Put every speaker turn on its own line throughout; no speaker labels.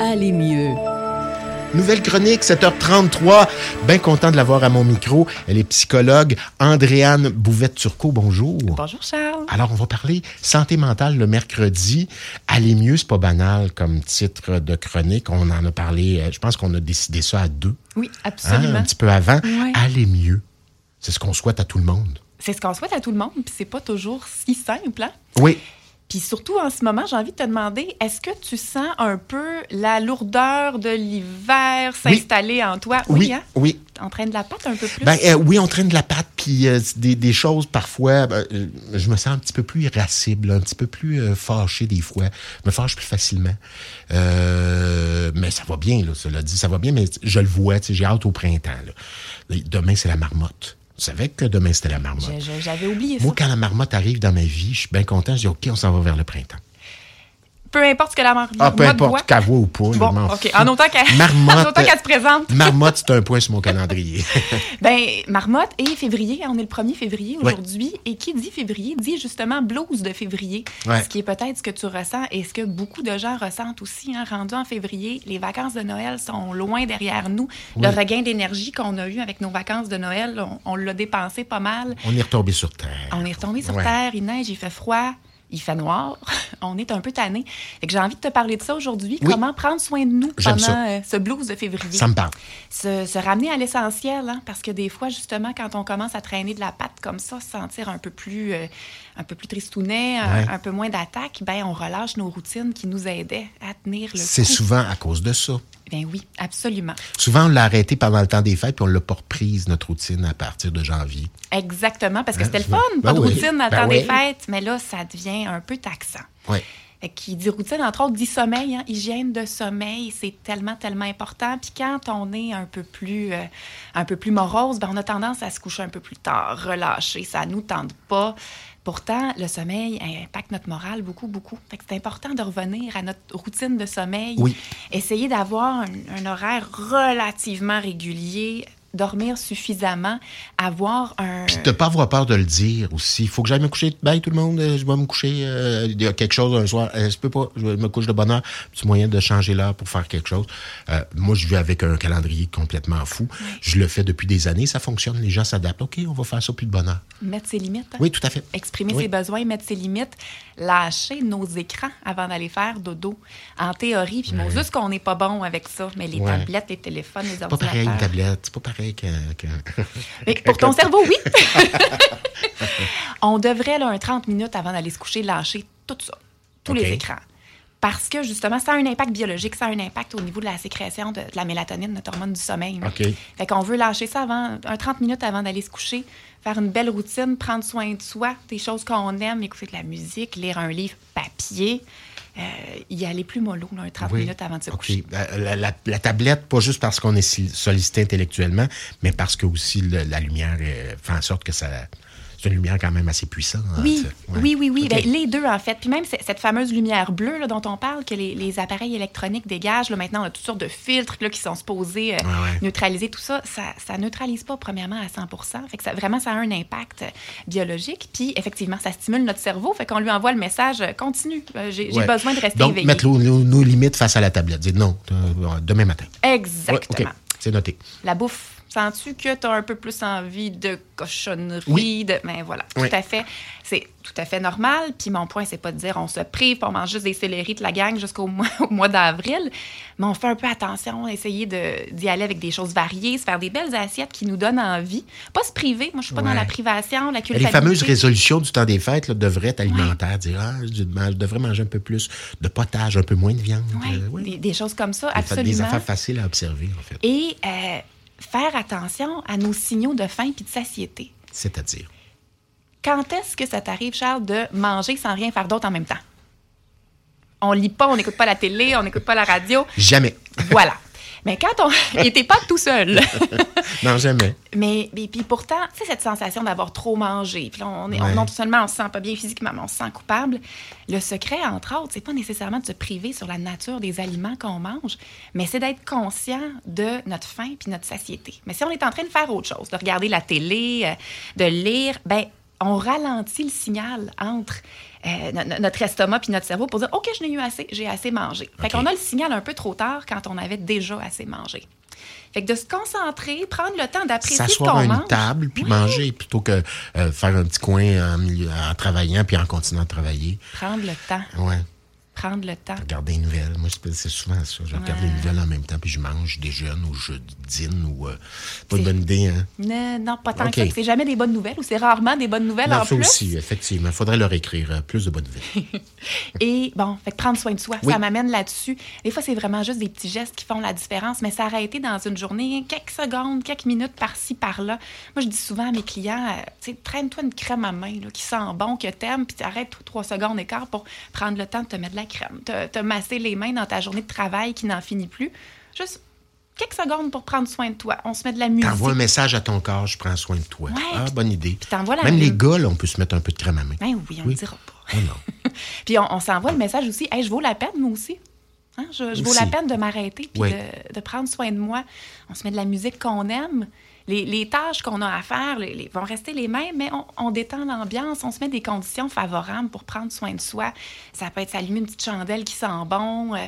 aller mieux.
Nouvelle chronique, 7h33. Bien content de l'avoir à mon micro. Elle est psychologue. Andréane Bouvette-Turcot, bonjour.
Bonjour Charles.
Alors, on va parler santé mentale le mercredi. Aller mieux, c'est pas banal comme titre de chronique. On en a parlé, euh, je pense qu'on a décidé ça à deux,
Oui,
hein,
absolument.
un petit peu avant.
Ouais.
Aller mieux, c'est ce qu'on souhaite à tout le monde.
C'est ce qu'on souhaite à tout le monde, puis c'est pas toujours si simple. hein?
Oui,
Puis surtout en ce moment, j'ai envie de te demander, est-ce que tu sens un peu la lourdeur de l'hiver s'installer en toi
oui, oui.
hein? En train de la patte un peu plus.
Ben, euh, oui, on traîne de la patte, puis euh, c'est des, des choses parfois, ben, euh, je me sens un petit peu plus irascible, un petit peu plus euh, fâché des fois. Je me fâche plus facilement. Euh, mais ça va bien, là, cela dit, ça va bien, mais je le vois, tu sais, j'ai hâte au printemps. là. Demain, c'est la marmotte. Vous savez que demain, c'était la marmotte.
Je- je- J'avais oublié ça.
Moi, quand la marmotte arrive dans ma vie, je suis bien content, je dis OK, on s'en va vers le printemps.
Peu importe ce que la marmotte
Ah, peu
moi, de bois-
importe, qu'elle voit ou pas, je
Bon,
m'en
OK. Ah,
fous.
En autant qu'elle en
Marmotte,
autant qu'elle se présente.
Marmotte, c'est un point sur mon calendrier.
Ben, marmotte et février, hein, on est le 1er février
Ouais.
aujourd'hui. Et qui dit février dit justement blues de février,
Ouais.
ce qui est peut-être ce que tu ressens et ce que beaucoup de gens ressentent aussi. Hein, rendu en février, les vacances de Noël sont loin derrière nous. Le
Oui.
regain d'énergie qu'on a eu avec nos vacances de Noël, on, on l'a dépensé pas mal.
on est retombé sur terre.
On est retombé sur
Ouais.
terre, il neige, il fait froid, il fait noir. on est un peu tanné. Fait que j'ai envie de te parler de ça aujourd'hui.
Oui.
Comment prendre soin de nous
J'aime ça.
pendant euh, ce blues de février
Ça me parle.
se, se ramener à l'essentiel, hein, parce que des fois, justement, quand on commence à traîner de la patte comme ça, se sentir un peu plus, euh, un peu plus tristounet, un,
Ouais.
un peu moins d'attaque, ben on relâche nos routines qui nous aidaient à tenir le
C'est
coup.
souvent à cause de ça.
Ben oui, absolument.
Souvent, on l'a arrêté pendant le temps des fêtes, puis on l'a pas reprise, notre routine, à partir de janvier.
Exactement, parce que
Hein,
c'était le
je
fun,
veux-
pas
Ben
de
oui.
routine dans le
Ben
temps
oui.
des fêtes, mais là, ça devient un peu taxant.
Ouais.
Fait que Qui dit routine, entre autres, dit sommeil, hein, hygiène de sommeil, c'est tellement, tellement important. Puis quand on est un peu plus, euh, un peu plus morose, ben on a tendance à se coucher un peu plus tard, relâcher, ça nous tente pas. Pourtant, le sommeil impacte notre morale beaucoup, beaucoup. Fait que c'est important de revenir à notre routine de sommeil.
Oui.
Essayer d'avoir un, un horaire relativement régulier, dormir suffisamment, avoir un...
Puis de pas avoir peur de le dire aussi. Il faut que j'aille me coucher. Bye tout le monde, euh, je vais me coucher. euh, Il y a quelque chose un soir. Euh, je peux pas. Je me couche de bonne heure. Petit moyen de changer l'heure pour faire quelque chose. Euh, moi, je vis avec un calendrier complètement fou. Je le fais depuis des années. Ça fonctionne. Les gens s'adaptent. OK, on va faire ça plus de bonne heure.
Mettre ses limites. hein.
Oui, tout à fait.
exprimer
Oui.
ses besoins, mettre ses limites, lâcher nos écrans avant d'aller faire dodo. En théorie, puis mon juste qu'on n'est pas bon avec ça, mais les
Ouais.
tablettes, les téléphones, les
Pas pareil une
ordinateurs.
tablette. C'est pas pareil qu'un. qu'un-
Mais pour ton cerveau, oui. On devrait là, un 30 minutes avant d'aller se coucher lâcher tout ça, tous
OK.
les écrans. Parce que justement, ça a un impact biologique, ça a un impact au niveau de la sécrétion de, de la mélatonine, notre hormone du sommeil.
OK.
Fait qu'on veut lâcher ça avant, un 30 minutes avant d'aller se coucher, faire une belle routine, prendre soin de soi, des choses qu'on aime, écouter de la musique, lire un livre papier, euh, y aller plus mollo, là, un 30
Oui.
minutes Ah, avant de se
OK.
coucher.
Euh, La, la- la tablette, pas juste parce qu'on est si- sollicité intellectuellement, mais parce que aussi le- la lumière euh, fait en sorte que ça. C'est une lumière quand même assez puissante. hein,
Oui,
Ouais.
oui, oui, oui.
OK.
Ben, les deux, en fait. Puis même c- cette fameuse lumière bleue là, dont on parle, que les, les appareils électroniques dégagent, là, maintenant, on a toutes sortes de filtres là, qui sont supposés euh,
ouais.
neutraliser tout ça. Ça ne neutralise pas, premièrement, à 100 Fait que ça, vraiment, ça a un impact euh, biologique. Puis, effectivement, ça stimule notre cerveau. Fait qu'on lui envoie le message euh, continue. Euh, J'ai j'ai
Ouais.
besoin de rester
Donc,
éveillé.
mettre nos, nos- nos limites face à la tablette. Dire non, euh, demain matin. Ouais,
Exactement.
OK. C'est noté.
La bouffe. Sens-tu que tu as un peu plus envie de cochonnerie?
Oui.
De... Ben voilà,
Oui.
tout à fait. C'est tout à fait normal. Puis mon point, c'est pas de dire on se prive, puis on mange juste des céleris de la gang jusqu'au mois, au mois d'avril. Mais on fait un peu attention, essayer de- d'y aller avec des choses variées, se faire des belles assiettes qui nous donnent envie. Pas se priver. Moi, je suis pas
Ouais.
dans la privation, la
Les
culpabilité.
fameuses résolutions du temps des fêtes là, devraient être alimentaires. Dire, ah, je man- je devrais manger un peu plus de potage, un peu moins de viande.
Ouais,
Euh, ouais.
des, des choses comme ça,
Des fa-
absolument.
Des affaires faciles à observer, en fait.
Et euh, faire attention à nos signaux de faim puis de satiété.
C'est-à-dire.
Quand est-ce que ça t'arrive, Charles, de manger sans rien faire d'autre en même temps? On lit pas, on n'écoute pas la télé, on n'écoute pas la radio.
Jamais.
Voilà. Mais quand on. Et t'es pas tout seul.
Non, jamais.
Mais, mais puis pourtant, tu sais, cette sensation d'avoir trop mangé. Puis là, on est, on-
Ouais.
non seulement on se sent pas bien physiquement, mais on se sent coupable. Le secret, entre autres, c'est pas nécessairement de se priver sur la nature des aliments qu'on mange, mais c'est d'être conscient de notre faim puis notre satiété. Mais si on est en train de faire autre chose, de regarder la télé, euh, de lire, ben on ralentit le signal entre euh, no- no- notre estomac puis notre cerveau pour dire OK, je n'ai eu assez, j'ai assez mangé. Fait
OK.
qu'on a le signal un peu trop tard quand on avait déjà assez mangé. Fait que de se concentrer, prendre le temps d'apprécier ce
S'asseoir à
qu'on
une
mange.
table puis manger plutôt que euh, faire un petit coin en, milieu- en travaillant puis en continuant à travailler.
Prendre le temps,
Ouais.
prendre le temps.
Regarder les nouvelles. Moi, c'est- c'est souvent ça. Je regarde les nouvelles en même temps puis je mange, je déjeune ou je dîne ou. euh, pas de
C'est-
bonne idée, hein?
Non, non, pas tant
OK.
que ça, que c'est jamais des bonnes nouvelles ou c'est rarement des bonnes nouvelles
Non,
en
ça
plus.
aussi, effectivement. Faudrait leur écrire euh, plus de bonnes nouvelles.
Et bon, fait que prendre soin de soi,
Oui.
ça m'amène là-dessus. Des fois, c'est vraiment juste des petits gestes qui font la différence, mais s'arrêter dans une journée, quelques secondes, quelques minutes par-ci, par-là. Moi, je dis souvent à mes clients, euh, tu sais, traîne-toi une crème à main là, qui sent bon, que t'aimes, puis arrête-toi trois secondes et quart pour prendre le temps de te mettre de la crème, te, te masser les mains dans ta journée de travail qui n'en finit plus. Juste quelques secondes pour prendre soin de toi. On se met de la musique.
T'envoies un message à ton corps, je prends soin de toi.
Ouais,
ah,
puis-
bonne idée.
t'envoies la-
Même les gars, là, on peut se mettre un peu de crème à main.
Ben oui, on ne
Oui.
dira pas.
Oh non.
Puis on, on s'envoie le message aussi, hey, je vaux la peine, moi aussi. Hein, je, je vaux
Aussi.
la peine de m'arrêter puis
Oui.
de, de prendre soin de moi. On se met de la musique qu'on aime. Les, les tâches qu'on a à faire les- les- vont rester les mêmes, mais on, on détend l'ambiance, on se met des conditions favorables pour prendre soin de soi. Ça peut être s'allumer une petite chandelle qui sent bon. euh,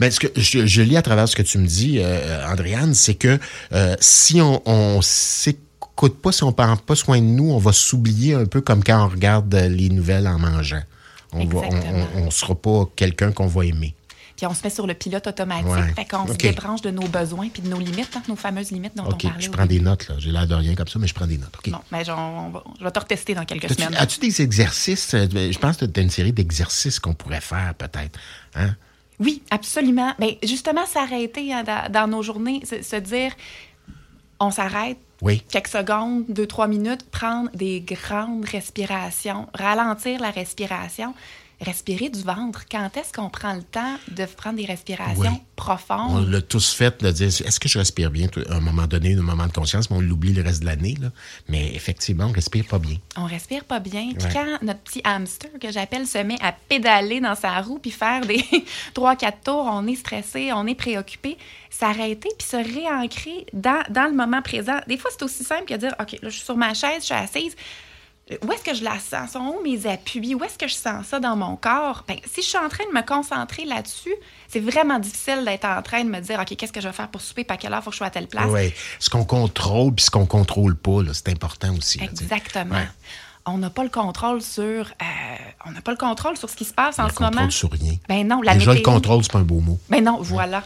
Mais Ben, ce que je, je lis à travers ce que tu me dis, euh, Andréane, c'est que euh, si on, on s'écoute pas, si on prend pas soin de nous, on va s'oublier un peu comme quand on regarde euh, les nouvelles en mangeant. On va, on,
Exactement.
on- on sera pas quelqu'un qu'on va aimer.
puis on se met sur le pilote automatique.
Ouais.
Fait qu'on
OK.
se débranche de nos besoins puis de nos limites, hein, nos fameuses limites dont
OK,
on parlait.
je
au
prends
début.
des notes, là. J'ai l'air de rien comme ça, mais je prends des notes. OK.
Bon, ben, j'en- on va- je vais te retester dans quelques
As-tu,
semaines.
as-tu des exercices? euh, Je pense que tu as une série d'exercices qu'on pourrait faire, peut-être. Hein?
Oui, absolument. Ben, justement, s'arrêter hein, dans, dans nos journées, se, se dire, on s'arrête
Oui.
quelques secondes, deux, trois minutes, prendre des grandes respirations, ralentir la respiration, respirer du ventre. Quand est-ce qu'on prend le temps de prendre des respirations
Oui. On
profondes?
l'a tous fait de dire est-ce que je respire bien à un moment donné, un moment de conscience, mais on l'oublie le reste de l'année. là. Mais effectivement, on respire pas bien.
On respire pas bien. Puis
Ouais.
quand notre petit hamster, que j'appelle, se met à pédaler dans sa roue puis faire des trois, quatre tours, on est stressé, on est préoccupé. S'arrêter puis se réancrer dans, dans le moment présent. Des fois, c'est aussi simple que dire OK, là, je suis sur ma chaise, je suis assise. Où est-ce que je la sens? Sont où mes appuis? Où est-ce que je sens ça dans mon corps? Ben, si je suis en train de me concentrer là-dessus, c'est vraiment difficile d'être en train de me dire OK, qu'est-ce que je vais faire pour souper? Puis à quelle heure faut que je sois à telle place?
Ah Ouais. Ce qu'on contrôle puis ce qu'on contrôle pas, là, c'est important aussi. là, tu sais.
Exactement.
Ouais.
On n'a pas le contrôle sur, euh, on n'a pas le contrôle sur ce qui se passe en
On
ce moment.
contrôle sur rien.
Ben non, la
Déjà, le
météo.
contrôle, c'est pas un beau mot.
Ben non, voilà.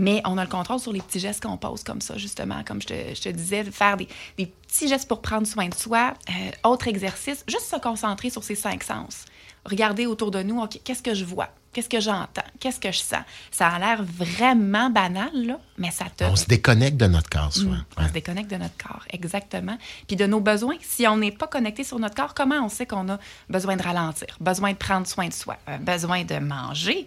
Mais on a le contrôle sur les petits gestes qu'on pose comme ça, justement, comme je te, je te disais, de faire des, des petits gestes pour prendre soin de soi. Euh, autre exercice, juste se concentrer sur ses cinq sens. Regarder autour de nous, OK, qu'est-ce que je vois? Qu'est-ce que j'entends? Qu'est-ce que je sens? Ça a l'air vraiment banal, là, mais ça te
Ah, On se déconnecte de notre corps souvent.
Euh, Mm, on
Ouais.
se déconnecte de notre corps, exactement. Puis de nos besoins. Si on n'est pas connecté sur notre corps, comment on sait qu'on a besoin de ralentir, besoin de prendre soin de soi, euh, besoin de manger?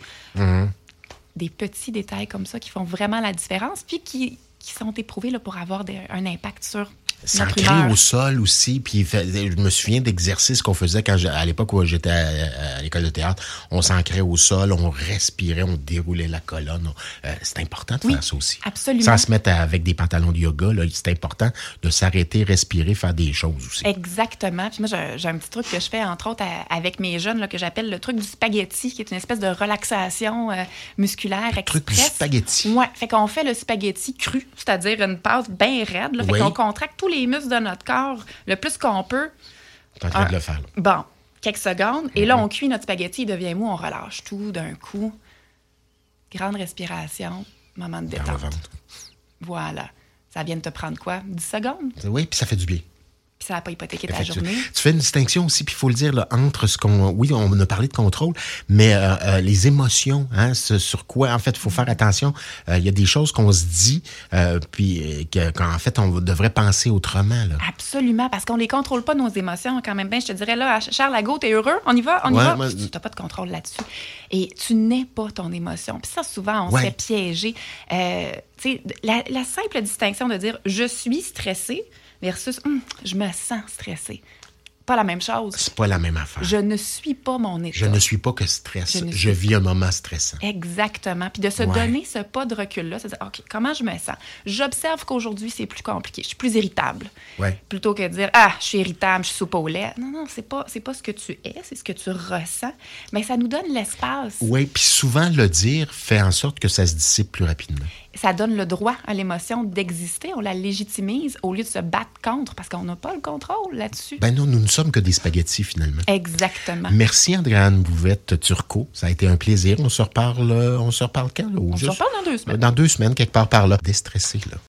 Des petits détails comme ça qui font vraiment la différence, puis qui, qui sont éprouvés là, pour avoir des- un impact sur notre
S'ancrer
humeur.
au sol aussi, puis fait- je me souviens d'exercices qu'on faisait quand j'ai- à l'époque où j'étais à, à- à l'école de théâtre, on s'ancrait au sol, on respirait, on déroulait la colonne. on- euh, c'est important de
Oui,
faire ça aussi.
absolument.
Sans se mettre à- avec des pantalons de yoga, là, c'est important de s'arrêter, respirer, faire des choses aussi.
Exactement. Puis moi, j'ai- j'ai un petit truc que je fais, entre autres, à- avec mes jeunes, là, que j'appelle le truc du spaghetti, qui est une espèce de relaxation euh, musculaire le
truc du spaghetti.
Ouais. Fait qu'on fait le spaghetti cru, c'est-à-dire une pâte bien raide. là. Fait
Oui.
qu'on contracte tous les muscles de notre corps le plus qu'on peut.
T'es en
ah.
train de le faire. là.
Bon, quelques secondes. Et
Mhm.
là, on cuit notre spaghetti, il devient mou, on relâche tout d'un coup. Grande respiration, moment de
Dans le
détente.
ventre.
Voilà. Ça vient de te prendre quoi? 10 secondes?
Oui, puis ça fait du bien.
Puis ça n'a pas hypothéqué ta
Effectivement.
journée.
Tu fais une distinction aussi, puis il faut le dire, là, entre ce qu'on... Oui, on a parlé de contrôle, mais euh, euh, les émotions, hein, ce sur quoi, en fait, il faut faire attention. Euh, Il y a des choses qu'on se dit, euh, puis euh, que- qu'en fait, on devrait penser autrement. Là.
Absolument, parce qu'on ne les contrôle pas, nos émotions, quand même. Ben, je te dirais, là, à Ch- Charles Lago, t'es heureux, on y va, on
Ouais,
y va.
moi,
Tu n'as pas de contrôle là-dessus. Et tu n'es pas ton émotion. Puis ça, souvent, on
Ouais.
se fait piéger. Euh, tu sais, la, la simple distinction de dire je suis stressé versus Hum, je me sens stressé. pas la même chose.
C'est pas la même affaire.
Je ne suis pas mon état.
Je ne suis pas que stress.
Je
Je,
ne suis
vis un moment stressant.
Exactement. Puis de se
Ouais.
donner ce pas de recul-là, c'est de dire, OK, comment je me sens? J'observe qu'aujourd'hui, c'est plus compliqué. Je suis plus irritable.
Ouais.
Plutôt que de dire, ah, je suis irritable, je suis soupe au lait. Non, non, c'est pas, c'est pas ce que tu es, c'est ce que tu ressens. Mais ça nous donne l'espace.
Oui, puis souvent le dire fait en sorte que ça se dissipe plus rapidement.
Ça donne le droit à l'émotion d'exister. On la légitimise au lieu de se battre contre parce qu'on n'a pas le contrôle là-dessus.
Ben non, nous ne sommes que des spaghettis finalement.
Exactement.
Merci Andréane Bouvette Turcot, ça a été un plaisir. On se reparle, euh, on se reparle quand là, au
On se
juste? Ben,
reparle dans deux semaines.
Dans deux semaines quelque part par là, déstressé là.